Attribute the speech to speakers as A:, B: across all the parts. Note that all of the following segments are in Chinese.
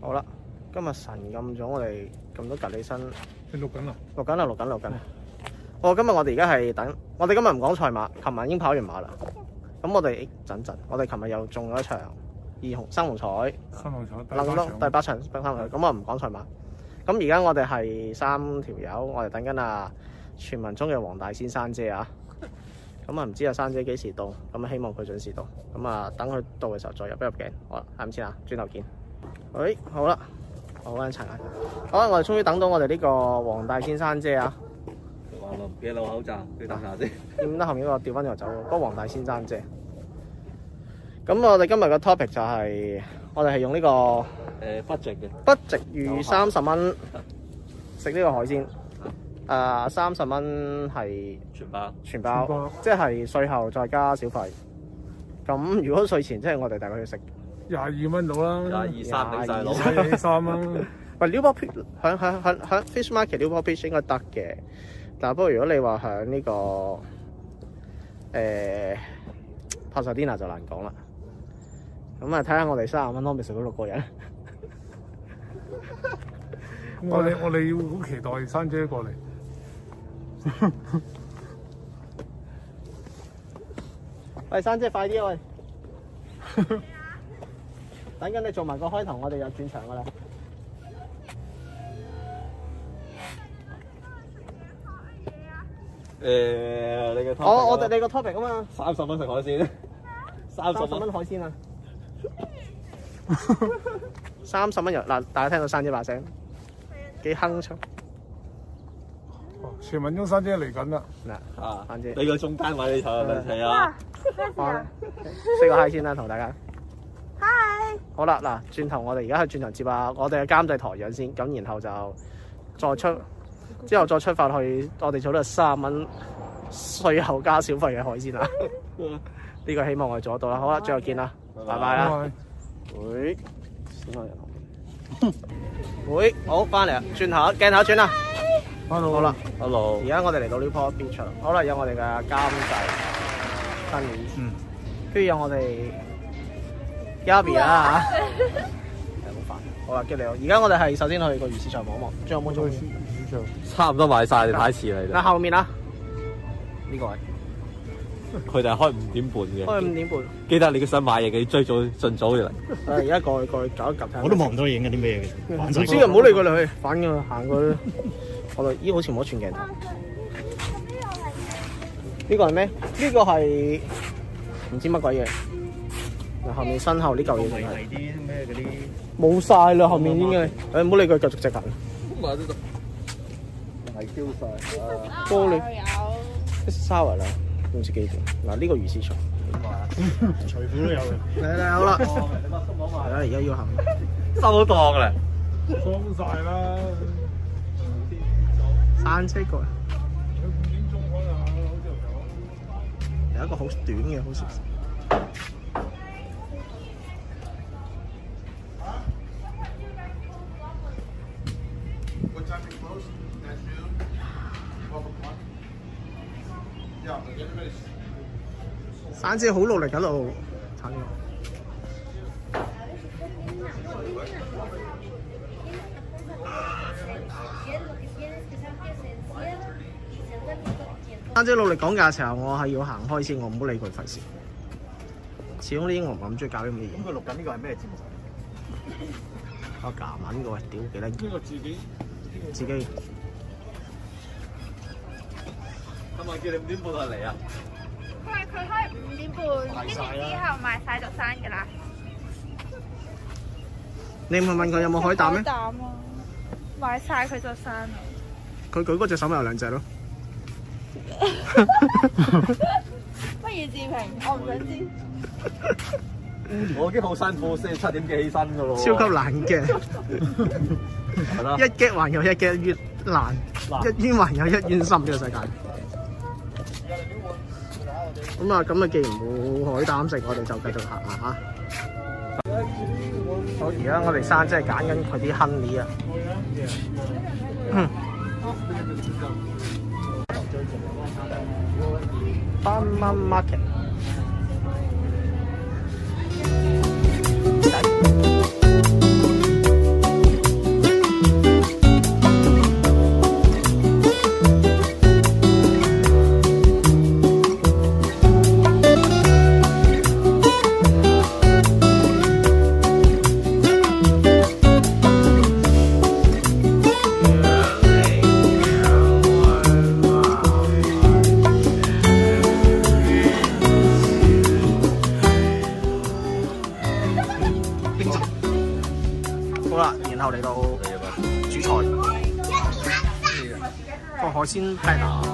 A: 好啦，今日神咁咗我哋咁多隔離身，
B: 你錄緊啦？
A: 錄緊啦，啊錄緊，錄緊。哦，今日我哋而家係等，我哋今日唔講賽馬，琴晚已經跑完馬啦。咁我哋咦陣陣，我哋琴日又中咗一場二紅三紅彩，
B: 新浪彩第
A: 冷
B: 八
A: 東第
B: 場，
A: 八場北三紅，咁我唔講賽馬。咁而家我哋係三條友，我哋等緊啊傳聞中嘅黃大仙山姐啊。咁啊唔知啊山姐幾時到，咁啊希望佢準時到。咁啊等佢到嘅時候再入一入鏡。好啦，係咁先啊，轉頭見。誒、好啦，好撚塵啊！好啦，我哋終於等到我哋呢個黃大仙山姐啊！
C: 話咯，唔記得攞口罩，你等下 先。
A: 點得後面嗰個調翻又走喎，嗰個黃大仙生姐。咁我哋今日嘅 topic 就係、我哋係用呢個
C: 誒呃 budget 嘅，
A: 不值逾三十蚊食呢個海鮮，誒三十蚊係
C: 全包。
A: 全
B: 全
A: 包，
B: 個
A: 即係税後再加小費。咁如果税前，即係我哋大概要食
B: 廿二蚊到
C: 廿
B: 啦，
C: 二三頂晒佬，
A: 廿
B: 嗯廿二三啦，
A: 喂 New Pop 響響響響 Fish Market New Pop Fish 應該得嘅，但不過如果你話響呢個誒、呃、Pasadena 就難講啦。咁啊，睇下我哋三十蚊可唔可以食到六個人？
B: 咁我哋我哋要好期待山姐過嚟，
A: 喂，生姐快啲啊！喂， 等緊你做埋個開頭，我哋又轉場噶啦。
C: 誒呃你嘅
A: 我我哋你個 topic 啊嘛，
C: 三十蚊食海鮮，三
A: 三十蚊。海鮮啊！啊 三十蚊又嗱，大家聽到生姐把聲幾鏗鏘
B: 哦傳聞中山姐嚟緊啦，
A: 嗱。
C: 啊
A: 反正
C: 你個中間位你睇下睇啊，
A: 好啦，四個 hi 先啦，同大家。hi。好啦，嗱，轉頭我哋而家去轉頭接啊，我哋嘅監製台樣先，咁然後就再出，之後再出發去，我哋做到三十蚊税後加小費嘅海鮮 啦。呢個希望我哋做得到啦。好啊啦，最後見啦，拜拜啊
B: 拜
A: 啦。
B: 拜。
A: 喂，小人。喂，好，翻嚟啦，啊轉頭鏡頭轉啦。
B: Hello，
A: 好啦。
C: ，hello
A: 而。家我哋嚟到 Newport Beach 啦，好啦，有我哋嘅監製新年，
B: 嗯，
A: 跟住有我哋 Yabi 啦嚇，係好煩。好啦，跟住嚟，而家我哋係首先去個魚市場望一望，仲有冇做
B: 去？市場，
C: 差唔多賣晒，你太遲啦你
A: 嗱，
C: 哋。
A: 後面啊，呢個位
C: 佢哋係開五點半嘅，
A: 開五點半，
C: 記得你嘅想買嘢嘅，你追早盡早嚟。
A: 我哋而家過去過去搞一及睇。
D: 我都望唔到影緊啲咩嘅，玩晒
A: 唔知啊，唔好理佢哋去，反㗎行過去。我哋咦，好似冇得轉鏡頭。呢個係咩？呢個係唔知乜鬼嘢。嗱，後面身後呢嚿嘢仲係。
D: 係啲咩嗰啲。
A: 冇晒啦，後面已經係，誒唔好理佢，繼續直行。玻璃沙圍啦，唔知幾點？嗱，呢個魚市場。
D: 除褲都有嘅。
A: 嚟嚟好啦，係啦，而家要行。
C: 收檔啦，
B: 裝晒啦，
A: 山車過嚟，
B: 佢五點鐘開啦，好似有。
A: 有一個好短嘅，好少。
E: What time you close? At noon? Twelve o'clock? Yeah, but everybody's
A: 山車好努力喺度撐住我。山姐努力講價嘅時候，我係要行開先，我唔好理佢，費事。始終啲英文唔係咁中意教啲咁嘅嘢。
D: 佢錄緊呢個係咩節目？啊
A: 我夾文嘅喂，屌幾得意
B: 呢個自己
A: 自己。
C: 今晚叫你五點半嚟啊！
A: 你唔係問佢有冇海膽咩？
F: 買晒佢就散啦。
A: 佢舉嗰隻手咪有兩隻咯。
F: 不如自評，我唔想知。
C: 我已經好辛苦，先七點幾起身噶咯
A: 超級難嘅，
C: 係啦
A: 一，擊還有一擊，越難一冤還有一冤心呢個世界。咁啊，咁啊，既然冇海膽食，我哋就繼續行啦嚇。好，而家我哋山真係揀緊佢啲 honey 啊。嗯，Farmer Market。好啦，然後嚟到主菜，個海鮮 platter，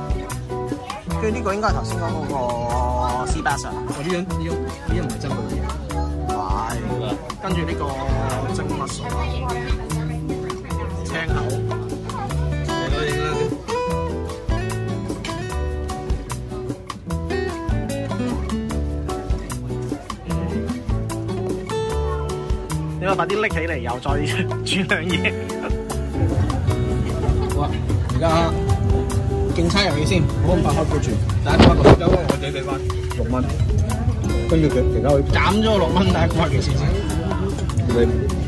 A: 跟住呢個應該係頭先講嗰個 sea bass 啊，
G: 哦我呢樣呢樣呢樣唔係真嘅嘢，啊
A: 係，跟住呢個蒸乜水，青口。你咪快啲拎起嚟，又再 煮兩嘢。
G: 好啊！而家競猜遊戲先，唔好咁快開杯住。但係佢話六九我哋俾翻六蚊，
H: 跟住佢其他佢
G: 減咗六蚊，但係佢話幾錢先？
H: 你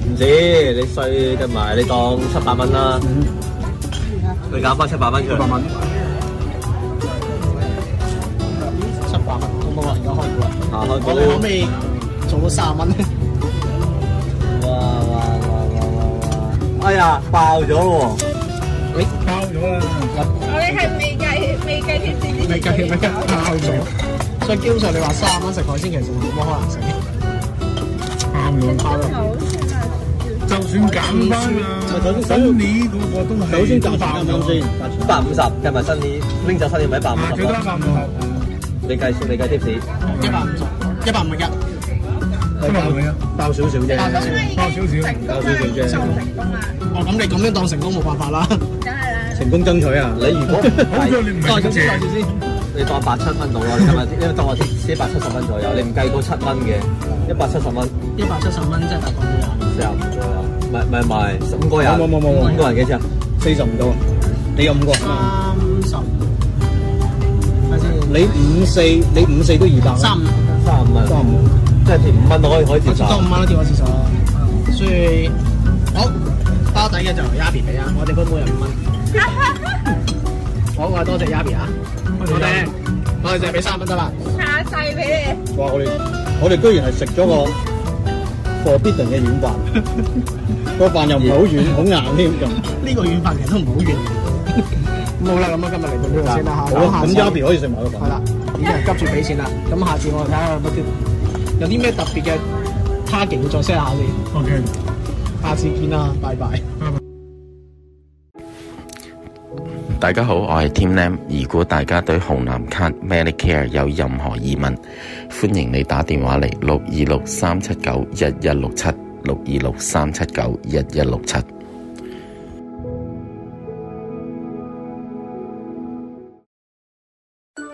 H: 唔止，你衰跟埋你當七百蚊啦，你減翻七百蚊出嚟。
G: 七百蚊，好冇啊！而家開估啊！
H: 啊，開
G: 我哋可唔可以做到三十蚊咧？
H: 哇哇哇哇哇！哎呀，爆咗咯喎！
G: 你包咗啦，咪計咪計包咗。所以基本上你話三十蚊食海鮮，其實冇乜可能食。啱咗，包咗。
B: 就算減翻啊，
G: 就
B: 新年嗰個都係爆咗先，
H: 一百五十，計埋新年拎走新年咪一百五
B: 啊
H: 十
B: 最多
H: 咯
B: 一。百五十。
H: 你計你計 tips，
G: 一百五十，一百五十一。
D: 爆少少啫，
G: Ờ, 哦，咁你咁樣當成功冇 辦法啦。
D: 成功爭取啊！
H: 你如果唔
B: 好在
H: 計，
B: 你唔係正，
G: 住先。
H: 你當八七蚊到啦，你計埋你當我一百七十蚊左右，你唔計嗰七蚊嘅，一百七十蚊
G: 一百七十蚊即係大概幾啊？
H: 四十五咗啦。唔係唔係唔係，十五個人，
D: 冇冇冇冇冇
H: 五個人幾錢啊？
D: 四十唔到，你有五個，
G: 三十，睇先，
D: 你五四你五四都二百，
G: 三五，
H: 三十五蚊，
D: 三五。
H: 即係填五蚊可以可以
G: 我
H: 接
G: 接
H: 受。
G: 多五蚊啦，跳我廁所。所以好包底嘅就由 Yabi 俾啊，我哋嗰每人五蚊。好，我係多謝 Yabi 啊，我哋我哋就係俾三蚊得啦。
D: 哇！我哋我哋居然係食咗個 forbidden 嘅軟飯，個飯又唔係好軟，好硬添咁。
G: 呢個軟飯其實都唔好軟。咁好啦，咁啊今日嚟到呢度先啦嚇，
D: 好，咁 y a b 可以食埋個
G: 係
D: 飯。
G: 啦，已
A: 啊
G: 經係急住俾錢啦。咁下次我哋睇下有乜啲有啲咩特別嘅 target 要再 set 下先。
B: OK。
G: 下次見啦，拜拜。
I: 大家好，我係 Tim Lam。如果大家對紅藍卡 Medicare 有任何疑問，歡迎你打電話嚟六二六三七九一一六七六二六三七九一一六七。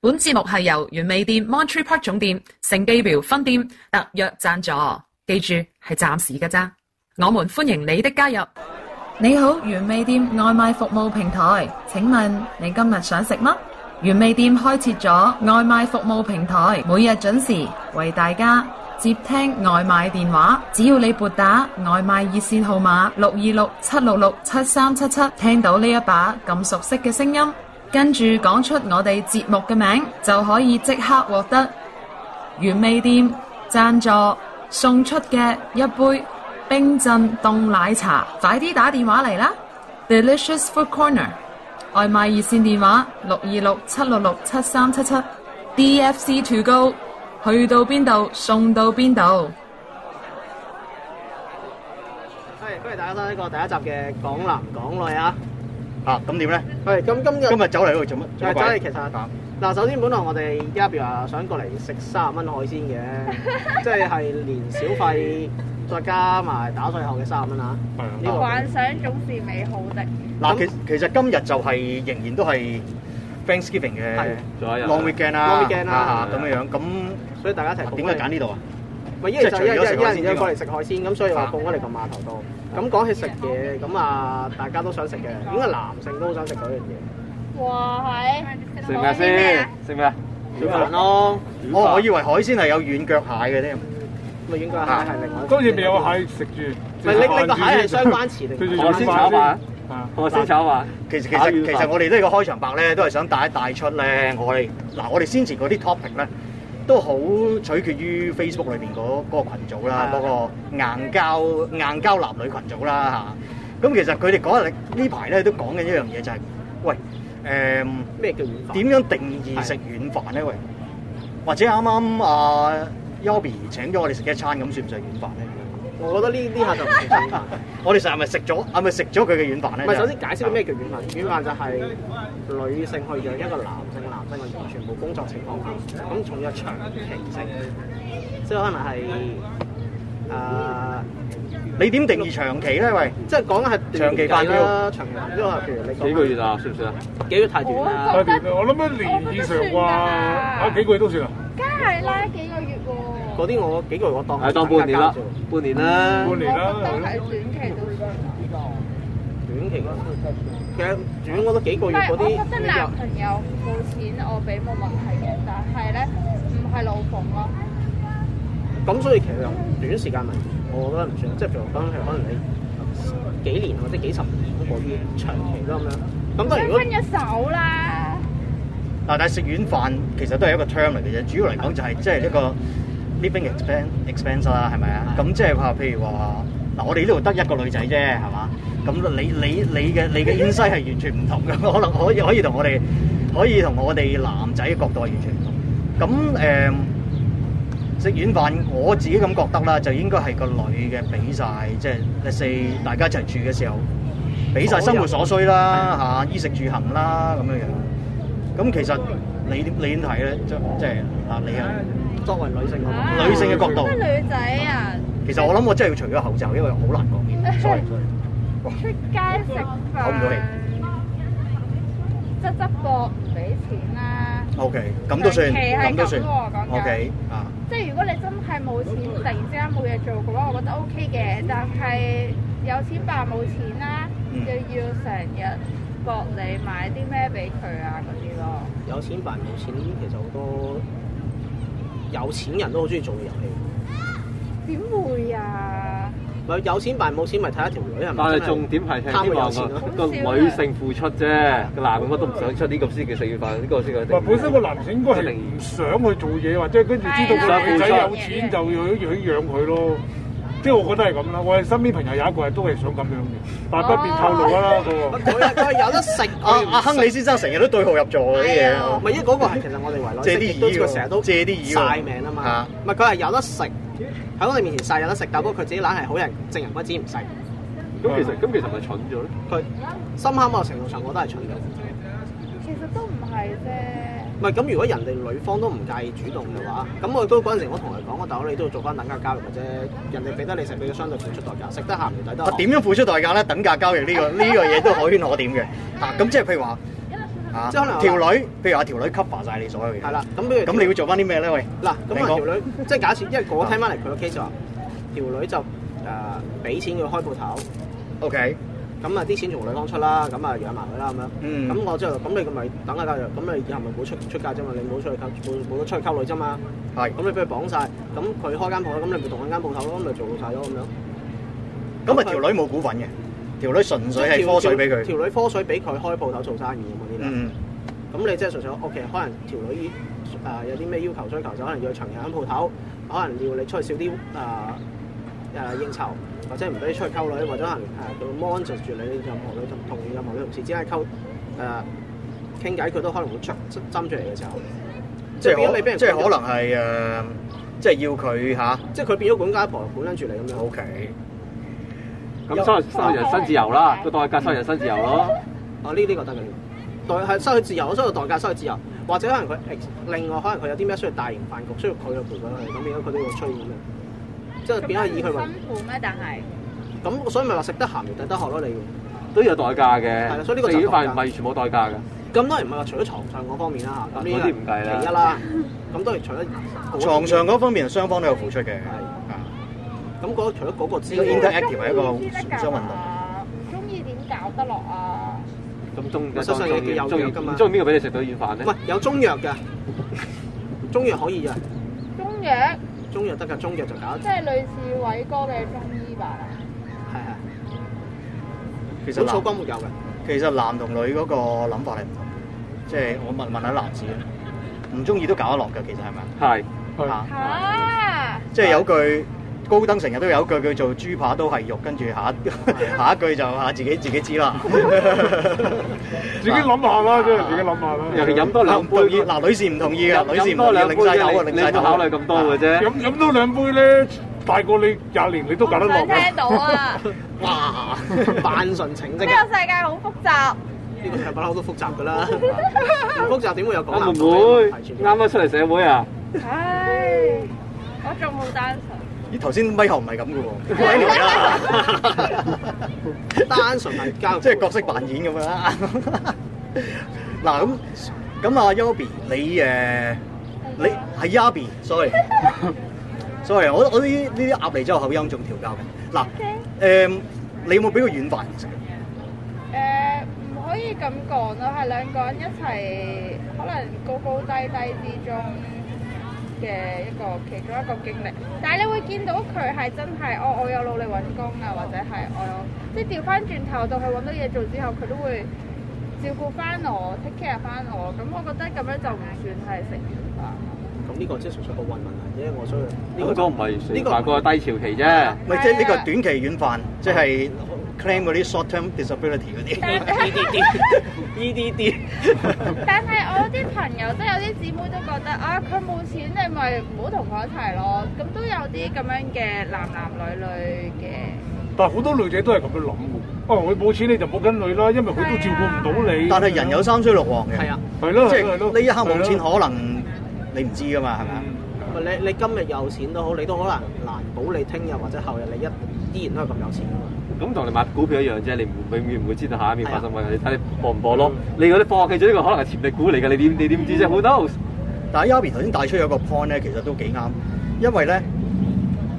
J: 本節目係由原味店 Monterey Park 總店、盛記廟分店特約贊助，記住係暫時嘅咋。我們歡迎你的加入。你好，原味店外賣服務平台，請問你今日想食乜？原味店開設咗外賣服務平台，每日準時為大家接聽外賣電話。只要你撥打外賣熱線號碼六二六七六六七三七七，聽到呢一把咁熟悉嘅聲音，跟住講出我哋節目嘅名，就可以即刻獲得原味店贊助送出嘅一杯冰鎮凍奶茶，快啲打電話嚟啦！Delicious Food Corner 外賣熱線電話六二六七六六七三七七，DFC To Go 去到邊度送到邊度。
A: 係，歡迎大家收睇呢個第一集嘅港男港女啊！
D: 啊，咁點咧？
A: 係，咁今日
D: 今日走嚟呢度做乜？
A: 就係真係其實嗱，首先本來我哋而家譬如話想過嚟食三十蚊海鮮 嘅，即係係連小費再加埋打税後嘅三十蚊啊！
D: 係啊
A: 呢個
D: 嗱，其其實今日就係仍然都係 Thanksgiving
A: 係
D: 嘅
H: 仲有一日
D: long weekend 啦
A: long weekend 啦
D: 啊咁樣樣咁
A: 所以大家一齊
D: 點解揀呢度啊？
A: 咪因為就一
D: 即係除咗食
A: 一
D: 海鮮
A: 一
D: 之
A: 人
D: 外
A: 過嚟食海鮮，咁所以話放咗嚟個碼頭度。咁講起食嘢，咁啊大家都想食嘅，應該男性都好想食嗰樣嘢。
K: 哇，係
H: 食咩先？食咩？
A: 魚飯咯，
D: 我我以為海鮮係有軟腳蟹嘅添。
A: 咪應該係係另外一個。
B: 當然未有蟹食住，
A: 唔係你你個蟹係相關詞定
B: 對住
A: 海鮮
B: 魚飯
A: 炒
B: 先
D: 飯。
B: 啊
C: 我先炒飯，
D: 其實其
C: 打軟
D: 實其
C: 飯
D: 實我哋呢個開場白咧，都係想帶一帶出咧，我哋嗱我哋先前嗰啲 topic 咧，都好取決於 Facebook 裏邊嗰嗰個羣組啦，嗰個硬交硬交男女群組啦嚇。咁其實佢哋嗰日呢排咧都講緊一樣嘢，就係喂誒
A: 咩叫軟飯？
D: 點樣定義食軟飯咧？喂，或者啱啱啊 Yobi 請咗我哋食一餐咁，算唔算軟飯咧？
A: 我覺得呢呢下就唔 算軟飯。
D: 我哋實係咪食咗係咪食咗佢嘅軟飯咧？
A: 唔係，首先解釋咩叫軟飯？軟飯就係女性去養一個男性，男性去養，全部工作情況下，咁仲有長期性，即係可能係誒、呃
D: 你點定義長期咧？喂？
A: 即係講緊係短期計啦，長期飯因為譬如你
C: 幾個
A: 講
C: 月啊？算唔算啊？
A: 幾個月太短啦，
B: 太短啦！我諗一年以上啩，啊幾個月都算啊，
A: 嗰啲我幾個月我當
C: 係當半年啦，半年啦。
A: 嗯
B: 半年啦，係咯
A: 短期嗰其實短我覺得幾個月嗰啲
G: Dạ, Ừ, à?
A: 咁所以其實用短時間嚟，我覺得唔算，即係譬如講，譬如可能你幾年或者幾十年嗰啲長期咯咁樣。咁當然如果
D: 嗱，但係食軟飯其實都係一個 term 嚟嘅啫，主要嚟講就係即係一個 living expense expense 啦，係咪 啊？咁即係話譬如話，嗱，我哋呢度得一個女仔啫，係嘛？咁你你你嘅你嘅 insight 係完全唔同嘅，可能可以可以同我哋可以同我哋男仔嘅角度係完全唔同。咁誒、食軟飯我自己咁覺得啦，就應該係個女嘅俾晒，即係 let's say 大家一齊住嘅時候，俾晒生活所需啦，嚇、衣食住行啦咁樣樣。咁其實你點你點睇咧？即即係啊，你啊，
A: 作為女性，我
D: 女性嘅角度，
G: à?
D: 其實我諗我真係要除咗口罩，因為好難講嘢。sorry sorry，OK，咁
G: à.
D: 都算，
G: 長期係
D: 咁都算
G: 咁喎講緊
D: ，OK 啊，
G: 即係如果你真係冇錢，突然之間冇嘢做嘅話，我覺得 O K 嘅。但係有錢扮冇錢啦，
D: 嗯
G: 又要成日搏你買啲咩俾佢啊嗰啲咯。
A: 有錢扮冇錢，其實好多有錢人都好中意做嘅遊戲。
G: 點會啊？
A: 咪有錢扮冇錢，咪睇一條女係咪？
C: 但係重點係聽啲話個個女性付出啫，個男嘅乜都唔想出，呢個先叫食軟飯，呢個先叫
B: 唔係本身個男性應該係唔想去做嘢，或者跟
G: 啊
B: 住知道個女仔有錢就要去去養佢咯。即係我覺得係咁啦，我係身邊朋友有一個係都係想咁樣嘅，但係不便透露啦嗰
G: 哦
B: 個。
A: 佢佢有得食
D: 阿阿亨利先生成日都對號入座嗰啲
G: 係
D: 嘢
G: 啊，
A: 唔係，因為嗰個係其實我哋圍內
D: 借
A: 食
D: 啲
A: 亦都
D: 耳
A: 佢
D: 喎
A: 成日都
D: 借啲耳喎
A: 晒命啊嘛
D: 嚇。
A: 唔係佢係有得食，喺我哋面前晒有得食，但不過佢自己懶係好人正人君子唔食。
C: 咁其實咁其實咪蠢咗咧？
A: 佢深刻某程度上我都係蠢嘅。
G: 其實都唔係啫。
A: 唔係咁，如果人哋女方都唔介意主動嘅話，咁我都嗰陣時我同佢講，我大佬你都要做翻等價交易嘅啫。人哋俾得你食，俾佢相對付出代價，食得鹹唔抵得
D: 啊
A: 渴。
D: 點樣付出代價咧？等價交易 呢個呢樣嘢都可圈可點嘅。啊，咁即係譬如話啊，
A: 即係可能
D: 條女，譬如話條女 cover 晒你所有嘢，
A: 係啦，咁譬如
D: 咁你會做翻啲咩咧？喂，
A: 嗱，咁
D: 你
A: 啊
D: 講
A: 條女，即係假設，因為
D: 啊
A: 我聽翻嚟佢個 case 就話，條女就誒呃俾錢佢開鋪頭，
D: ，OK，
A: 咁啊啲錢從女方出啦，咁啊養埋佢啦咁樣。
D: 嗯，
A: 咁我之後咁你咪等下交易，咁你以後咪冇出出街啫嘛，你冇出去溝冇冇得出去溝女啫嘛。
D: 係
A: 咁你俾佢綁晒，咁佢開間鋪頭，咁你咪同佢間鋪頭咯，咁咪做晒咯咁樣。
D: 咁啊條女冇股份嘅，條女純粹係
A: 條
D: 科水俾佢，
A: 條女科水俾佢開鋪頭做生意咁嗰啲啦。
D: 嗯。
A: 咁你即係純粹哦 OK，可能條女誒、呃有啲咩要求追求，就可能要去長期間鋪頭，可能要你出去少啲誒誒應酬，或者唔俾你出去溝女，或者可能誒佢 monitor 住你任何女同同任何女同事之間溝誒傾偈，佢都可能會出針住嚟嘅時候，
D: 即係
A: 變咗
D: 可
A: 你俾人
D: 即係
A: 管
D: 可能係誒、呃即係要佢吓、
A: 即係佢變咗管家婆管緊住你咁樣。
D: o k
C: 咁收收人身自由啦，個代價收人身自由咯。
A: 哦，呢呢個得嘅，代係收佢自由，收佢代價，收佢自由，或者可能佢 ex- 另外可能佢有啲咩需要大型飯局，需要佢去陪佢去，咁變咗佢都要吹咁樣，即係變咗以佢為
G: 辛苦咩？但係
A: 咁，所以咪話食得鹹魚抵得渴咯，你要
C: 都有代價
A: 係啦
C: 嘅，
A: 所以呢個就
C: 食軟
A: 係
C: 飯唔係完全冇代價嘅。
A: 咁當然唔係話除咗床上嗰方面啦嚇，咁呢
C: 嗰啲唔計啦
A: 其一啦，咁當然除咗嗰
D: 床上嗰方面雙方都有付出嘅，
A: 係
D: 啊，
A: 咁嗰除咗嗰個之
D: 呢個
A: 外，
D: interactive 係一個
G: 互
D: 互相運動。
G: 唔中啊意點搞得落啊？
C: 咁中
A: 我相信有
C: 中意
A: 有
C: 中意
A: 㗎嘛
C: 中意邊個俾你食到軟飯咧
A: 唔係？有中藥嘅，中藥可以嘅，
G: 中藥
A: 中藥得㗎，中藥就搞得掂
G: 即。係類似偉哥嘅中醫吧？
D: 其實
A: 本草
D: 男
A: 綱目有嘅，
D: 其實男同女嗰個諗法係唔同，即係我問問下男士啦，唔中意都搞得落㗎，其實係咪？
H: 係
D: 嚇
G: 啊！
D: 即係有句高登成日都有句叫做豬扒都係肉，跟住下一 下一句就嚇自己自己知啦。
B: 自己諗下啦，即
G: 啊
B: 係自己諗下啦。
D: 尤其飲多兩杯嗱女士唔同意㗎
B: 飲
D: 女士唔
B: 多
D: 同意
B: 兩杯
D: 擰晒頭啊，
B: 你
D: 擰晒
B: 你唔
D: 頭啊。
B: 好考慮咁多
H: 嘅啫
B: 飲飲多兩杯咧，大過你廿年你都搞得落㗎。
G: 想聽到啊！
A: 哇，扮純情
G: 呢
A: 啫，
G: 個世界好複雜。
A: 呢個世界不嬲都複雜㗎 啦，唔複雜點會有講
H: 阿
D: 啊
H: 妹
A: 男
H: 妹
A: 女？
H: 啱啱出嚟社會啊，
G: 唉，我仲好單純。
D: 咦頭先咪後唔係咁 嘅喎，anyway 啦，
A: 單純係交，
D: 即係角色扮演咁樣啦。 嗱咁咁啊 y o b i 你誒你係 y o b i s o r r y s o r r y 我我呢啲呢啲鴨嚟之後口音仲調教嘅。嗱誒，你有冇俾個軟飯食？
G: 誒，唔可以咁講咯，係兩個人一齊，可能高高低低之中嘅一個其中一個經歷。但係你會見到佢係真係，哦，我有努力揾工啊，或者係我有，即係調翻轉頭到佢揾到嘢做之後，佢都會照顧翻我，take care 翻我。咁我覺得咁樣就唔算係食完飯。
A: 咁呢個啊即係純粹個運問題啫，我所以
H: 呢個唔係
A: 呢
H: 算
A: 個
H: 話個低潮期啫。
D: 咪即係呢個係短期軟飯，即係啊 claim 嗰啲 short-term disability 嗰啲。
G: 但
A: E D D
G: 但係我啲朋友即係有啲姊妹都覺得啊，佢冇錢，你咪唔好同佢一齊咯。咁都有啲咁樣嘅男男女女嘅。
B: 但係好多女仔都係咁樣諗嘅。哦，佢冇錢你就冇跟女啦，因為佢都照顧唔到你。
D: 但係人有三衰六旺嘅，
A: 係啊，
B: 係咯
D: 即
B: 係咯係
D: 係
B: 咯嗯
D: 呢一刻冇錢，
B: 係
D: 可能你唔知噶嘛，係咪啊？
A: 咪你你今日有錢都好，你都可能難保你聽日或者後日你一依然都係咁有錢㗎嘛。
H: 咁同你買股票一樣啫，你唔永遠唔會知道下一秒發生乜，你睇你搏唔搏咯。
A: 嗯
H: 你嗰啲放棄咗呢個可能係潛力股嚟嘅，你點你點知啫？好多
D: 但係 Yabi 頭先帶出有個 point 咧，其實都幾啱，因為咧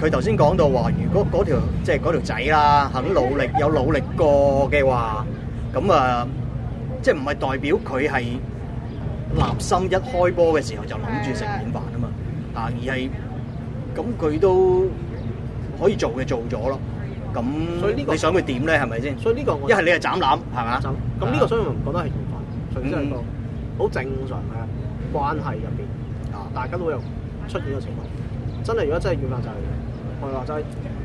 D: 佢頭先講到話，如果嗰條即係嗰條仔啦，肯努力有努力過嘅話，咁啊，即係唔係代表佢係立心一開波嘅時候就諗住食軟飯啊嘛，啊而係咁佢都可以做嘅做咗咯，咁
A: 所以呢個
D: 你想佢點咧係咪先？
A: 所以呢個我
D: 一係你係斬攬係
H: 啊
D: 嘛？
A: 咁呢個所以我唔覺得係緣分，純粹係一個
H: 嗯
A: 好正常嘅關係入邊，啊大家都會有出現嘅情況。真係如果真係緣分就係、我話齋，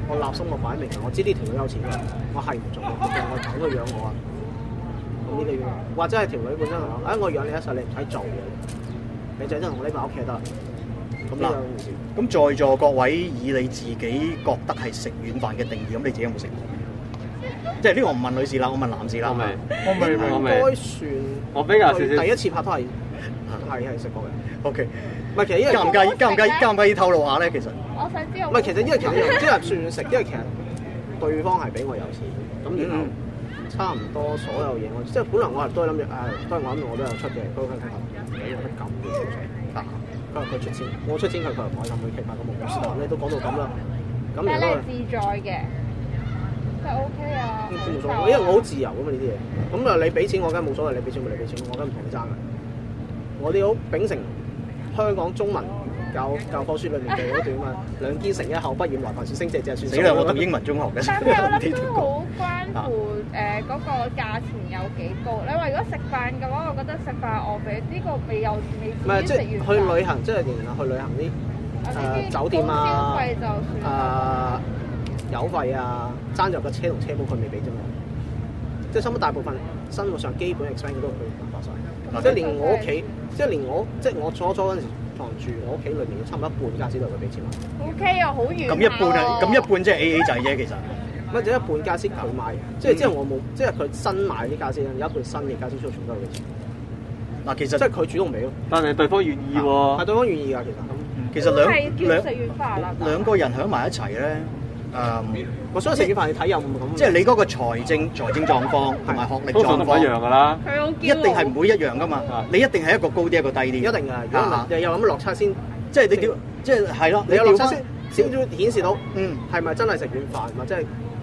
A: 我立心我擺明，我知呢條女有錢嘅，我係唔做，我就我等佢養我啊。咁呢個緣分或者係條女本身同我講，哎我養你一世，你唔使做嘢，你就真係同我匿埋屋企就得啦。咁呢兩件事。
D: 咁在座各位以你自己覺得係食軟飯嘅定義，咁你自己有冇食過？即係呢個我唔問女士啦，我問男
A: 嗯
D: 士啦。我
H: 未，
D: 我
A: 應該算
H: 我比較少少
A: 第一次拍拖係係係食過嘅。
D: O K，
A: 唔係其實因為
D: 介唔介意？介唔介意？介唔介意透露下咧？其實
G: 我想知道。
A: 唔係，其實因為其實即係算食，因為其實對方係比我有錢，咁然
D: 嗯
A: 後差唔多所有嘢，我即係本來我係都係諗住，誒，都係我諗住我都有出嘅，不過佢佢有得咁嘅，佢話佢出錢，我出錢佢佢唔開心，佢其實咁冇事，但你都講到咁啦，咁
G: 但
A: 然後
G: 係你係自在嘅，就 OK 啊。
A: 都冇所謂，因為我好自由噶嘛呢啲嘢，咁啊你俾錢我梗係冇所謂，你俾錢咪你俾錢，我梗係唔同你爭嘅。我哋好秉承香港中文教教科書裏面嘅嗰段啊嘛，兩肩成一口，不染來凡小星，隻隻算數
D: 死啦！我讀英文中學嘅，
G: 但係我諗都好關乎誒嗰個價錢有幾高。你話如果食飯嘅話，我覺得食飯我俾呢個未有
A: 唔
G: 未
A: 係
G: 至
A: 即
G: 於食
A: 係
G: 完飯。
A: 去旅行，即係然後去旅行啲誒酒店
G: 消
A: 啊、
G: 費就
D: 嗯
G: 算
A: 誒油費啊，爭入個車同車保佢未俾啫嘛。即係差唔多大部分生活上基本 expense 都佢發晒，
D: 嗯
A: 即係連我屋企，即係連我即係我初初嗰陣時房住我屋企裏面嘅差唔多一半家私都係佢俾錢我。
G: OK 啊，好遠
D: 咁一半啊，咁一半即係 A A 制啫，其實。
A: 乜就一半家私佢買，即
D: 嗯
A: 係即係我冇，即係佢新買啲家私，有一半新嘅家私出全部都係佢
D: 嗯
A: 錢。
D: 嗱，其實
A: 即係佢主動俾咯，
H: 但係對方願意
D: 哦
H: 喎
A: 係。對方願意㗎，其實。
D: 其實兩兩
G: 食完飯啦。
D: 兩個人喺埋一齊咧，誒，
A: 我想食完飯你睇有冇咁。
D: 即係你嗰個財政財政狀況同埋學歷
H: 通常
D: 狀
H: 都唔
D: 況
H: 一樣啊㗎啦
G: 佢好驕傲
D: 一定係唔會一樣噶嘛。你一定係一個高啲，一個低啲。一定
A: 㗎，啊如果唔係又有咁落差先，
D: 即係你調，即係係咯，
A: 你有落
D: 啊調
A: 差
D: 返
A: 先先至顯示到，
D: 嗯，
A: 係咪真係食完飯，或者係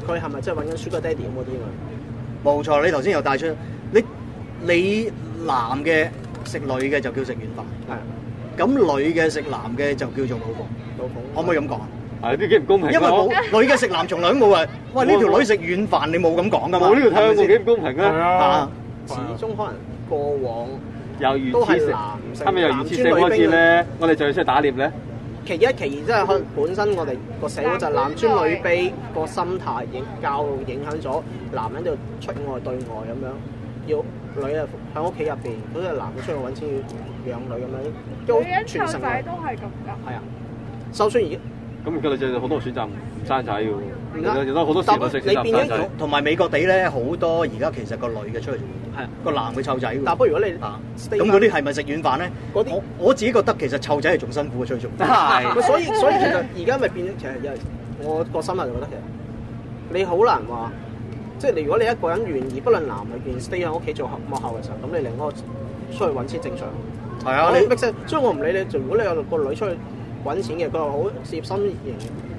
A: 佢係咪真係揾緊 Sugar Daddy 咁嗰啲啊嘛？
D: 冇錯，你頭先又帶出你你男嘅食女嘅就叫食軟飯，
A: 係。
D: 咁女嘅食男嘅就叫做老婆，
A: 老婆
D: 可唔可以咁講啊？
H: 係呢幾唔公
D: 因
H: 平
D: 為冇
H: 咯。
D: 女嘅食男從來都冇話，喂呢條女食軟飯，你冇咁講
A: 啊
D: 噶嘛？
H: 冇呢條
D: 係咪
H: 聽過
D: 先
H: 幾唔公平咧？
D: 係啊，
A: 始終可能過往
H: 由原
A: 都係
H: 始
A: 男性
H: 社，係咪由原始社
A: 男尊女
H: 開
A: 卑啊
H: 始
A: 嘅
H: 咧？我哋就要出去打獵咧？
A: 其一其二，即係可能本身我哋個社會就係男尊女卑個心態影教育影響咗男人就出外對外咁樣，要女啊喺屋企入邊，好似男嘅出去揾錢要養女咁樣，都
G: 女人
A: 傳
G: 湊
A: 承
G: 仔
A: 落
G: 都係咁㗎。
A: 係啊。就算而家
H: 咁而家女仔就好多選擇唔生仔嘅喎，
D: 唔
H: 有有得好多時女性選擇唔生仔。
D: 同埋美國地咧，好多而家其實個女嘅出去做嘢，個男嘅湊仔喎。啊
A: 但不如果你
D: 咁嗰啲係咪食軟飯咧？我我自己覺得其實湊仔係仲辛苦嘅出去做嘢。
A: 咪 所以所以其實而家咪變咗，其實有我個心態啊就覺得其實你好難話，即係你如果你一個人願意，不論男女願意 stay 喺屋企做幕後嘅時候，咁你另一個出去揾錢正常。
D: 係啊
A: 我
D: 你
A: make sense，所以我唔理你，如果你有個女出去揾錢嘅，佢又好事業心型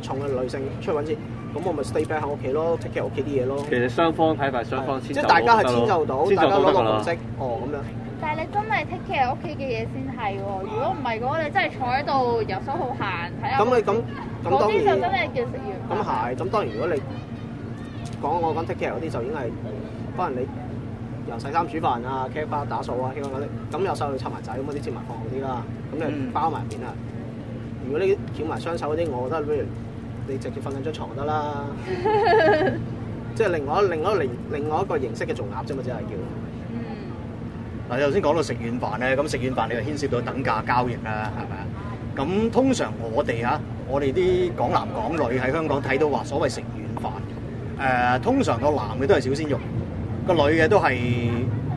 A: 重嘅女性出去揾錢，咁我咪 stay back 喺屋企咯，take care 屋企啲嘢咯。
H: 其實雙方睇法，雙方遷就
A: 即係大家係
H: 得咯
A: 遷就到，
H: 遷
A: 大家
H: 就
A: 攞
H: 到
A: 個
H: 得
A: 共
H: 啦
A: 識。，哦咁樣。
G: 但係你真係 take care 屋企嘅嘢先係喎，如果唔係嘅話，你真係坐喺度游手好閒睇下。
A: 咁你咁咁
G: 嗰
A: 當
G: 啲就真
A: 然
G: 係。叫食完。
A: 咁係，咁當然如果你講我講 take care 嗰啲就已經係可能你由洗衫煮飯啊、care 包打掃啊、care 嗰啲，咁有細路湊埋仔咁嗰啲接埋放好啲啦，咁你包埋面啊。如果你翹埋雙手嗰啲，我覺得不如你直接瞓緊張床得啦，即係另外另外另另外一個形式嘅做鴨啫嘛，只係叫。
G: 嗯
D: 嗱，頭先講到食軟飯咧，咁食軟飯你就牽涉到等價交易啦，係咪啊？咁通常我哋啊，我哋啲港男港女喺香港睇到話所謂食軟飯，誒、通常個男嘅都係小鮮肉，個女嘅都係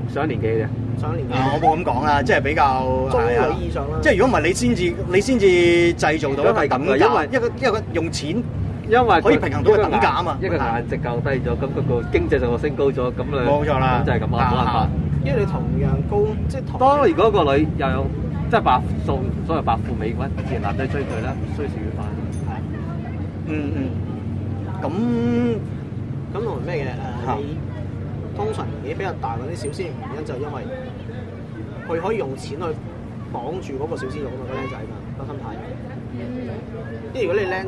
H: 上年紀嘅，
A: 上年
D: 紀、我冇咁講啊啦，即係比較
A: 嗯中
D: 係啊
A: 女以上啦
D: 即係如果唔係你先至你先至製造到一個等
H: 因為
D: 價，一個一個用錢，
H: 因為
D: 可以平衡到個等價啊嘛。
H: 一個顏值較低咗，咁佢個經濟就會升高咗，咁你
D: 冇錯啦
H: 咁就係咁啊，冇辦法。
A: 因為你同樣高，即係同
H: 當如果個女又有即係白富，所謂白富美嘅話，自然男仔追佢啦，需要食軟飯。
D: 嗯嗯，咁
A: 咁同埋咩嘅誒？你通常年紀比較大嗰啲小鮮肉原因就係因為佢可以用錢去綁住嗰個小鮮肉啊嘛，個僆仔嘛個心態。即係如果你僆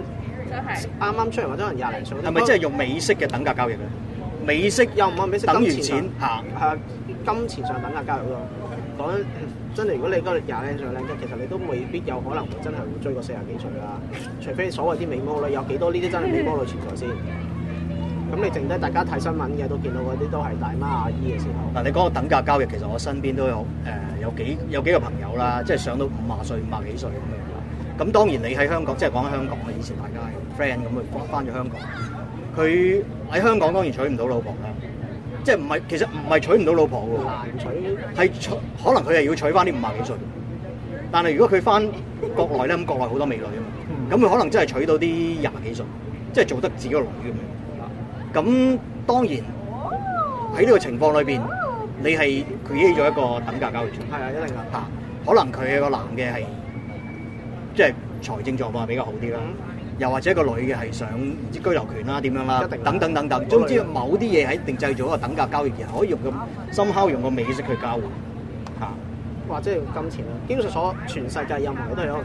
G: 真係
A: 啱啱出嚟或者可能廿零歲，
D: 係咪即係用美式嘅等價交易咧？美式
A: 又唔係美式
D: 等完
A: 金錢啊
D: 錢嚇？
A: 係啊金錢上等價交易咯？講緊嗯真係，如果你嗰個廿零歲僆仔，其實你都未必有可能會真係會追過四廿幾歲啦。除非所謂啲美魔女，有幾多呢啲真係美魔女存在先？咁你剩低大家睇新聞嘅都見到嗰啲都係大媽阿姨嘅時候。
D: 嗱，你講個等價交易，其實我身邊都有誒、呃有幾有幾個朋友啦，即係上到五啊歲、五啊幾歲咁樣啦。咁當然你喺香港，即係講緊香港啦，以前大家係 friend 咁去翻翻咗香港，佢喺香港當然娶唔到老婆啦，即係唔係其實唔係娶唔到老婆
A: 難取
D: 喎，係娶可能佢係要娶翻啲五啊幾歲，但係如果佢翻國內咧，咁國內好多美女啊嘛，咁佢可能真係娶到啲廿幾歲，即係做得自己個女咁樣。咁當然喺呢個情況裏邊，你係 create 咗一個等價交易出嚟。
A: 係啊，一定㗎。
D: 可能佢個男嘅係即係財政狀況係比較好啲啦，又或者個女嘅係想唔知居留權啦點樣啦
A: 嗯一定，啦
D: 等等等等，總之某啲嘢喺定製咗個等價交易，而可以用咁深敲用個美式去交換嚇。
A: 或者用金錢啦。基本上所全世界任何嘢都係有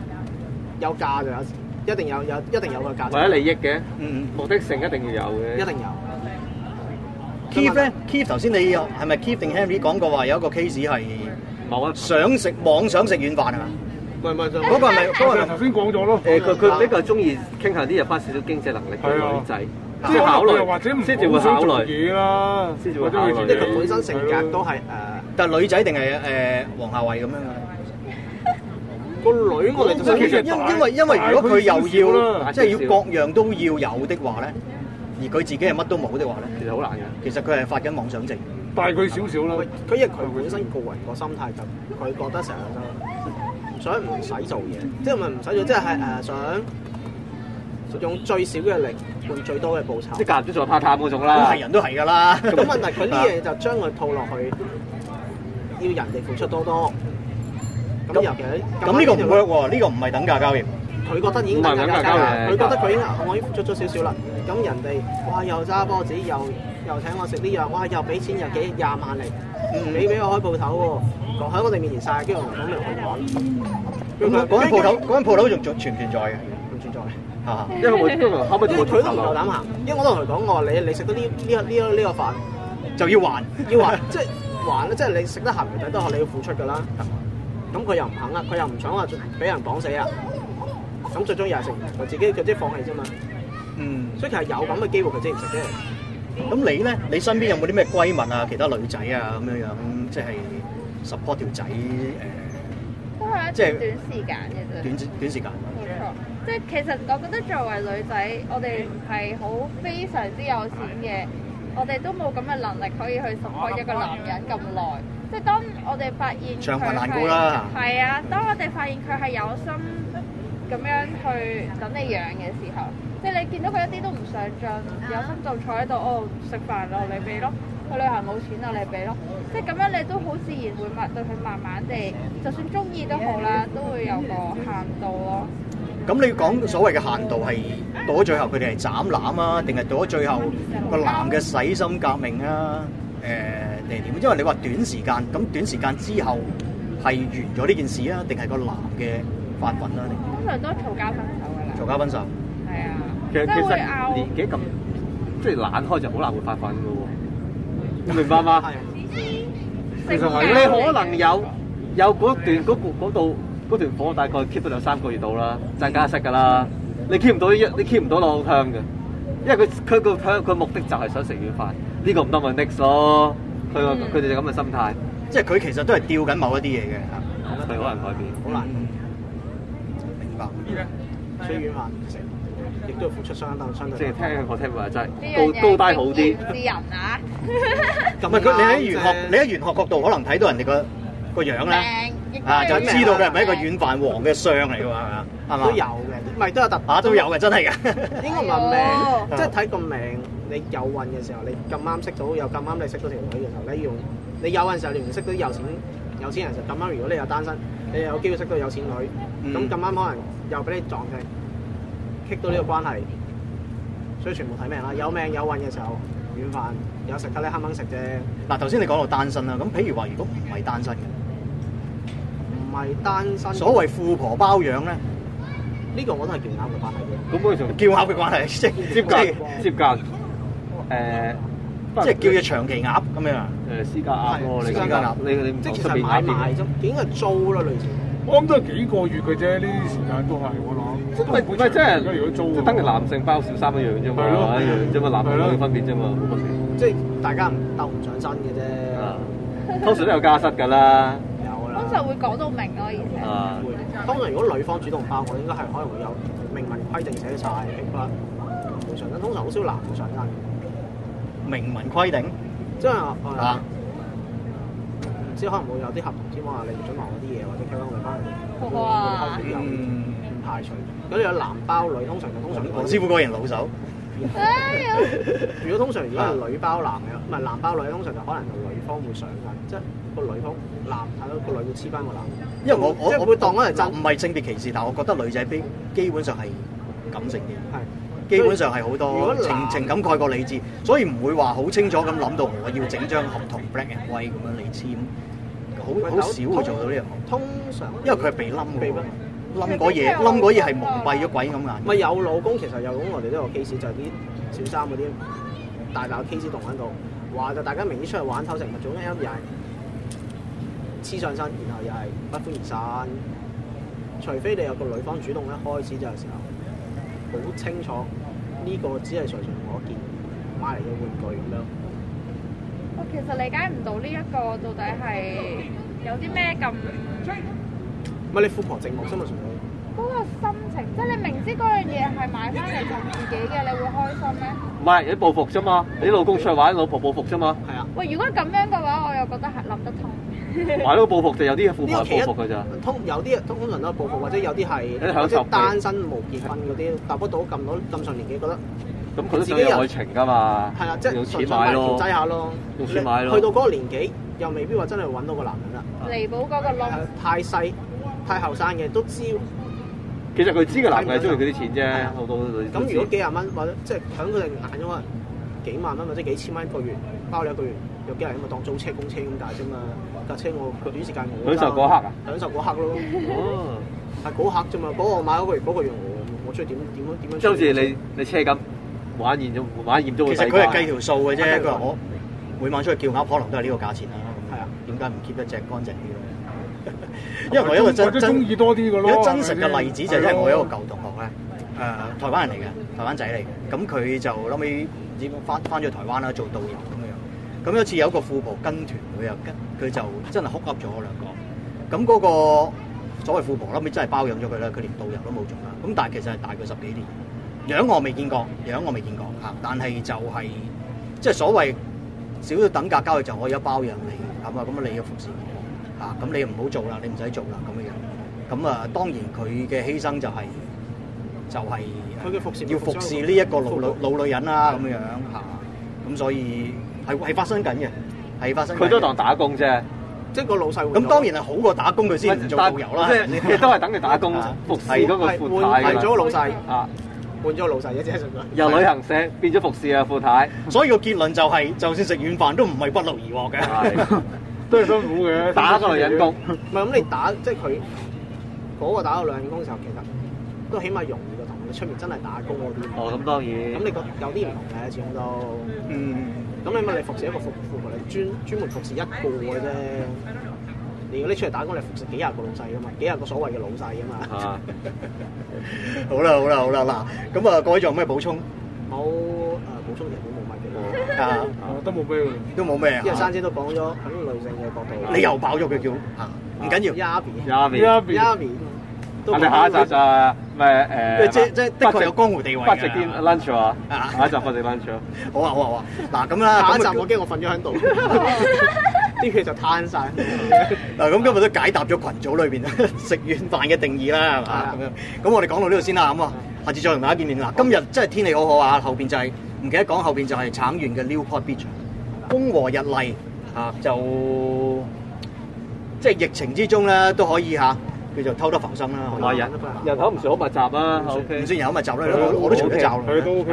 A: 有價就有，一定有有一定有個價值。
H: 或者利益嘅，
D: 嗯，
H: 目的性一定要有嘅，
A: 一定有。嗯
D: Keith 咧，Keith 頭先你有係咪 Keith 定 Henry 講過話有一個 case 係想食妄想食軟飯係嘛？
A: 唔係唔係，
D: 嗰個係咪嗰個係咪
B: 啊頭先講咗咯。
H: 誒，呃佢佢呢個係中意傾向啲有翻少少經濟能力嘅女仔，先考慮，
B: 或者唔
H: 先至會考慮。
B: 嘢啦，
H: 先至會考慮
A: 因為佢本身性格都係誒
D: 但係女仔定係誒黃夏蕙咁樣啊？
A: 個女，我哋就想
D: 因因為因為如果佢又要即係要各樣都要有的話咧，而佢自己係乜都冇的話咧，
H: 其實好難嘅。
D: 其實佢係發緊妄想症。
B: 大佢少少啦。
A: 佢因為佢本身個人個心態就佢覺得成日就想唔使做嘢，即係咪唔使做，即係係誒想用最少嘅力換最多嘅報酬。
H: 即係間唔中做下 part time 嗰種啦。
D: 啊咁係人都係㗎啦啊
A: 咁問題佢呢嘢就將佢套落去，要人哋付出多多。咁尤其係
D: 咁呢個唔 work 喎，呢個唔係等價交易。
A: 佢覺得已啊經等價交易，佢覺得佢已經我已經付出咗少少啦。咁人哋哇又揸波子又又請我食呢樣，哇！又俾錢又幾廿萬嚟，你俾我開鋪頭喎，落喺我哋面前晒，跟住我同你去
D: 咁啊
A: 講。
D: 嗰間鋪頭，嗰間鋪頭仲仲存唔存在嘅？
A: 唔存在。
D: 啊，
A: 因為佢都唔夠膽行，因為我都同佢講，我話你你食到呢呢呢呢個飯。
D: 就要還，
A: 要還，即係還咧，即係你食得鹹魚抵得渴，你要付出㗎啦。咁佢又唔肯啦，佢又唔想話俾人綁死啊。咁最終又係食唔成，佢自己佢即係放棄啫嘛。
D: 嗯。
A: 所以其實有咁嘅機會，佢即係唔食啫。
D: 咁你咧，你身邊有冇啲咩閨蜜啊、其他女仔啊咁樣樣，即係 support 條仔誒、
G: 都係一段
D: 即係
G: 短時間嘅啫。
D: 短短時間？
G: 冇錯，即係其實我覺得作為女仔，我哋唔係好非常之有錢嘅，我哋都冇咁嘅能力可以去 support 一個男人咁耐。即係當我哋發現
D: 長貧
G: 佢
D: 難
G: 係
D: 顧啦
G: 係啊，當我哋發現佢係有心咁樣去等你養嘅時候，即係你見到佢一啲都唔上進，有心就坐喺度哦食飯咯，你俾咯。去旅行冇錢啊，你俾咯，即係咁樣你都好自然會慢對佢慢慢地，就算中意都好啦，都會有個限度咯。
D: 咁你講所謂嘅限度係到咗最後佢哋係斬攬啊，定係到咗最後個男嘅洗心革面啊？誒定係點？因為你話短時間，咁短時間之後係完咗呢件事啊，定係個男嘅發奮啦、定
G: 通常都嘈交分手㗎啦，
D: 嘈交分手？
G: 係啊，
H: 其實
G: 即係
H: 其
G: 會
H: 實
G: 拗。
H: 年紀咁，即係懶開就好難會發奮嘅喎，明白嗎？
G: 其實係
H: 你可能有有嗰段嗰嗰度嗰段火大概 keep 到兩三個月到啦，賺加息㗎啦。你 keep 唔到一，你 keep 唔到落香嘅，因為佢佢個香佢目的就係想食軟飯，呢個唔得咪 next 咯。佢個佢哋就咁嘅心態，
D: 即係佢其實都係吊緊某一啲嘢
H: 佢
D: 嘅
H: 可能改變，
A: 好難。
D: 明白。
A: 雖遠還食，亦都要付出相當相對。
H: 即係聽我聽話真
G: 呢
H: 係
G: 樣
H: 高高
G: 嘢
H: 低好啲。
G: 見智人啊，
A: 啊
D: 唔係佢，你喺玄學，你喺玄學角度可能睇到人哋個個樣咧，
G: 命亦都
D: 啊
G: 要
D: 就知道佢係咪一個軟飯王嘅相嚟㗎嘛，係嘛？
A: 都有嘅，唔係都有特
D: 啊都 有嘅，真係嘅。
A: 應該唔係命，即係睇個命。你有運嘅時候，你咁啱識到，又咁啱你識到條女嘅時候，你用你有運嘅時候，你唔識到有錢有錢人就咁啱。如果你又單身，你又有機會識到有錢
D: Ừ.
A: 女，咁咁啱可能又俾你撞正，棘到呢個關係，所以全部睇命啦。有命有運嘅時候，軟飯有食得你肯唔肯食啫。
D: 嗱，頭先你講到單身啦，咁譬如話，如果唔係單身嘅，
A: 唔係單身，
D: 所謂富婆包養咧，
A: 呢個我都係叫啱嘅關係啫。
H: 咁佢仲
D: 叫鴨嘅關係， 即係
H: 接
D: 即
H: 近
D: 係
H: 接近誒，Ờ,
D: 即係叫佢長期鴨咁樣啊。
H: 誒私家鴨咯，你
D: 私家鴨
H: 你你唔
A: 即係
H: 講
A: 其
H: 出
A: 實
H: 邊
A: 買
H: 鴨
A: 賣
H: 邊
A: 啫，應該係租啦類似。
B: 我諗都係幾個月嘅啫，呢啲時間都係我諗。
H: 唔係唔係，即係
B: 如果租
H: 即係等於男性包小三一樣啫嘛，
B: 係咯
H: 一樣啫嘛，男同女嘅分別啫嘛，冇乜別。
A: 即係大家唔鬥唔上身嘅啫。
H: 啊通常都有家室㗎啦，
A: 有啦
G: 通。常會講到明咯，而
H: 啊，
A: 通常如果女方主動包，我應該係可能會有明文規定寫晒哎剔骨唔嗯會上身，通常好少男會上身，
D: 明文規定
A: 即係誒
D: 啊，
A: 唔知可能會有啲合同之話你唔準留嗰啲嘢，或者 carry 翻嚟，
G: 哇
A: 會有唔排除。如果你有男包女，通常就通常
D: 黃師傅果然老手，
G: 且，哎呀，
A: 如果通常如果係女包男嘅，唔係男包女，通常就可能就女方會上身，即係個女方男睇到個女會黐翻個男，
D: 因為我
A: 即
D: 我
A: 係
D: 我
A: 會當嗰係真
D: 唔係性別歧視，但係我覺得女仔比基本上係感性啲。
A: 係。
D: 基本上係
A: 如
D: 好
A: 果
D: 多
A: 男
D: 情情感蓋過理智，所以唔會話好清楚咁諗到我要整張合同 black and white 咁樣嚟簽，好好少會做到呢樣嘢，
A: 通常
D: 因為佢係啊被冧
A: 被
D: 嘅
A: 乜
D: 喎，冧嗰嘢，冧嗰嘢係蒙蔽咗鬼咁眼。
A: 咪有老公，其實有老公，我哋都有 case，就係啲小三嗰啲大把 case 動喺度，話就大家明知出去玩偷食物，做咩又係黐上身，然後又係不歡而散。除非你有個女方主動一開始就係時候好清楚呢、個只係隨隨我見買嚟嘅玩具咁樣。
G: 我其實理解唔到呢一個到底係有啲咩咁
A: 咪你富婆寂寞啫嘛，純粹。
G: 嗰個心情，即係你明知嗰樣嘢係買翻嚟同自己嘅，你會開心咩？
H: 唔係你報復啫嘛，你老公出去玩，老婆報復啫嘛，
A: 係啊，
G: 喂，如果咁樣嘅話，我又覺得係諗得通。
H: 買到個報復就有啲富
A: 呢
H: 婆
A: 個
H: 係
A: 其
H: 報復㗎
A: 一
H: 咋，
A: 通有啲通常都係報復，或者有啲
H: 啲
A: 係
H: 享
A: 或
H: 受
A: 者單身無結婚嗰啲，搭不到咁到咁上年紀，覺得
H: 咁佢都想有愛情㗎嘛，
A: 係啊，即係
H: 用
A: 純粹
H: 錢
A: 調
H: 買咯
A: 劑，下咯，
H: 用錢買咯
A: 去到嗰個年紀，又未必話真係揾到個男人啦。
G: 彌補嗰個 窿，
A: 太細、太後生嘅都知。
H: 其實佢知個男嘅係中意佢啲錢啫，好多女
A: 咁
H: 都
A: 如果
H: 知
A: 幾。廿蚊或者即係響佢哋眼中可能啊幾萬蚊或者幾千蚊一個月，包你一個月，有啲人咁咪當租車公車咁解啫嘛。架車我佢短時間我㗎
H: 享受嗰刻啊
A: 享受嗰刻咯。
H: 哦，
A: 係嗰刻啫嘛，嗰、個我買嗰個月，嗰、個月我我中意點點樣點樣。
H: 即係好似你你車咁玩厭咗玩厭咗個
D: 其實
H: 世
D: 佢係
H: 界
D: 計條數嘅啫，
A: 計
D: 佢
A: 條數
D: 話我每晚出去叫鴨，可能都係呢個價錢啦。
A: 係啊，
D: 點解唔 keep 一隻乾淨啲咧？ 因為我有一個真
B: 或者中意多啲嘅咯
D: 有一個真實嘅例子就係因為我有一個
B: 係啊
D: 舊同學咧，誒、台灣人嚟嘅，台灣仔嚟嘅，咁佢就後尾唔知翻翻咗台灣啦，做導遊咁樣。咁有一次有一個富婆跟團，佢又跟佢就真係哭噏咗我兩個。咁嗰個所謂富婆啦，咪真係包養咗佢啦，佢連導遊都冇做啦。咁但係其實係大佢十幾年，樣我未見過，樣我未見過嚇，但係就係、即係所謂少少等價交易就我而家包養你，係嘛？咁啊你要服侍我嚇，咁你唔好做啦，你唔使做啦咁樣樣。咁啊，當然佢嘅犧牲就係、就係、
A: 佢嘅服侍
D: 要服侍呢一個老老老女人啦，咁樣樣嚇。咁所以係係發生緊嘅，係發生緊嘅。
H: 佢都當打工啫。
A: 即係個老細換咗。
D: 咁當然係好過打工，佢先唔做導遊啦。
H: 即係即係都係等你打工
D: 啊
H: 服侍嗰個闊太㗎
A: 換
H: 啦
A: 咗個老細，
H: 啊，
A: 換咗個老細一隻純粹。
H: 由旅行社變咗服侍啊，闊 太。
D: 所以個結論就係、就算食軟飯都唔係不勞而獲嘅。
B: 都係辛苦嘅，
H: 打個女人 工。
A: 唔係咁，你打即係佢嗰個打到兩份工嘅時候，其實都起碼容易過同你出面真係打工嗰啲。
H: 哦，咁當
A: 咁
H: 然。
A: 你個有啲唔同嘅，始終都
D: 嗯，
A: 咁你咪你服侍一個服服務，你專專門服侍一個嘅啫。你如果你出嚟打工，你服侍幾廿個老細噶嘛，幾廿個所謂嘅老細噶嘛。
H: 啊，
D: 好啦好啦好啦嗱，咁啊各位仲有咩補充
A: 冇誒補充其實都冇乜
H: 哦
A: 嘅，
D: 啊？
B: 我都冇俾佢。
D: 都冇咩
A: 因為
D: 啊
A: 山？姐都講咗喺女性嘅角度。
D: 你又爆咗佢叫啊？唔緊要。
A: Yabi
H: 有面。
A: Yabi 都
H: 我哋下一集就係咩誒？啊
D: 即即的確有江湖地位
H: 不值啲
D: 㗎。
H: lunch 啊！
D: 啊
H: 下一集不值 lunch 啊！
D: 好啊好啊好啊！嗱咁啦，
A: 下一集
D: 咁啊
A: 我驚我瞓咗喺 度，啲血就攤晒。
D: 嗱咁今日都解答咗群組裏邊 食軟飯嘅定義啦，係嘛咁樣。咁我哋講到呢度先啦，咁啊，下次再同大家見面啦。今日真係天氣好好啊，後邊就係、唔記得講，後邊就係橙園嘅 Newport Beach，風啊和日麗啊，就即係疫情之中咧都可以嚇、叫做偷得浮生啦。可 以
H: 哇人人口唔算好密集啊，OK 啊
D: 唔。算有咪走啦，我我都除咗罩啦。
B: 佢都 OK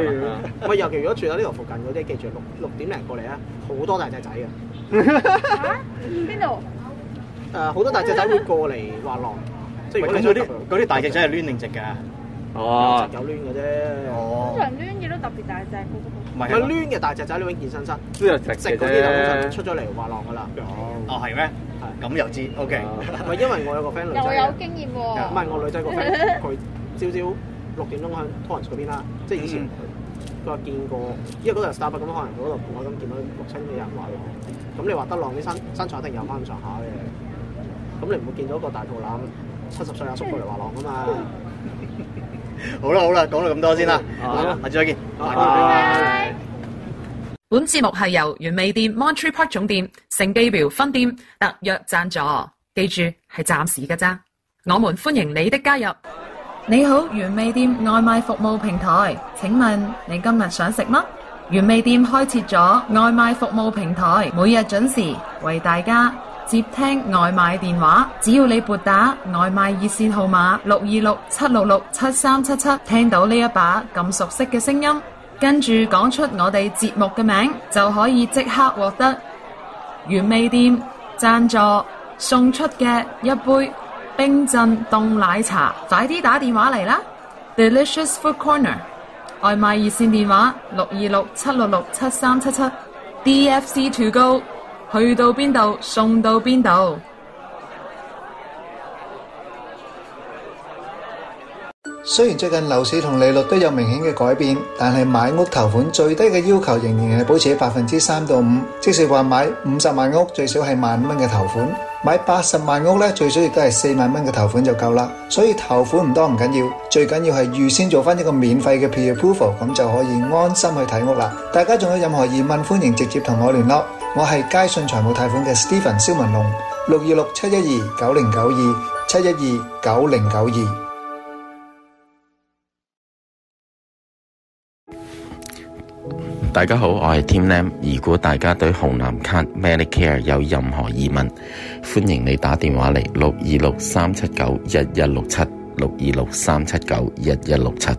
B: 嘅。
A: 喂，尤其如果住喺呢度附近嗰啲，記住六六點零過嚟啊，好多大隻仔嘅。啊
G: 邊度？
A: 誒、呃好多大隻仔會過嚟滑浪，即係如果
D: 咁
A: 你
D: 嗰
A: 想
D: 啲嗰啲大隻仔係攣定直㗎。
H: 哦，
A: 有攣嘅啫。
G: 通
D: 哦，
G: 常攣嘢都特別大隻嗰個。
D: 唔
A: 唔
D: 係
A: 係
D: 啊係
A: 攣嘅大隻仔，你揾健身室
H: 都有食
A: 食
H: 嘅
A: 嗰啲就通常
H: 啫
A: 出。咗嚟滑浪噶啦。
D: 哦係咩？咁又知，OK。
H: 啊
A: 唔係因為我有個 friend 女仔啊
G: 又
A: 嘅，
G: 有經驗喎。
A: 唔係我女仔個 friend，佢朝朝六點鐘喺 Torrance 嗰邊啦，即係以前
D: 嗯
A: 佢話見過，因為嗰度 Starbucks 咁，可能嗰度我咁見到六七嘅人滑浪，咁你滑得浪啲身身材一定有翻咁上下嘅，咁你唔會見到一個大肚腩七十歲阿叔過嚟滑浪噶嘛？
D: 好啦好啦，講到咁多先啦，
H: 好啊
D: 嗱下次再見，拜拜。
A: 啊
H: 拜。
J: 本節目係由原味店 Monterey Park 總店、聖基廟分店特約贊助，記住係暫時嘅咋。我們歡迎你的加入。你好，原味店外賣服務平台，請問你今日想食乜？原味店開設咗外賣服務平台，每日準時為大家接聽外賣電話。只要你撥打外賣熱線號碼六二六七六六七三七七，聽到呢一把咁熟悉嘅聲音，跟住講出我哋節目嘅名，就可以即刻獲得原味店贊助送出嘅一杯冰鎮凍奶茶，快啲打電話嚟啦！Delicious Food Corner 外賣熱線電話六二六七六六七三七七，DFC To Go 去到邊度送到邊度。
L: 雖然最近樓市同利率都有明顯嘅改變，但係買屋頭款最低嘅要求仍然係保持喺百分之三到五，即是話買五十萬屋最少係萬蚊嘅頭款，買八十萬屋咧最少亦都係四萬蚊嘅頭款就夠啦。所以頭款唔多唔緊要，最緊要係預先做翻一個免費嘅 pre-approval，咁就可以安心去睇屋啦。大家仲有任何疑問，歡迎直接同我聯絡。我係佳信財務貸款嘅 Stephen 蕭文龍，六二六七一二九零九二七一二九零九二。
I: 大家好，我係 Tim Lam。如果大家對紅藍卡 Medicare 有任何疑問，歡迎你打電話嚟六二六三七九一一六七六二六三七九一一六七。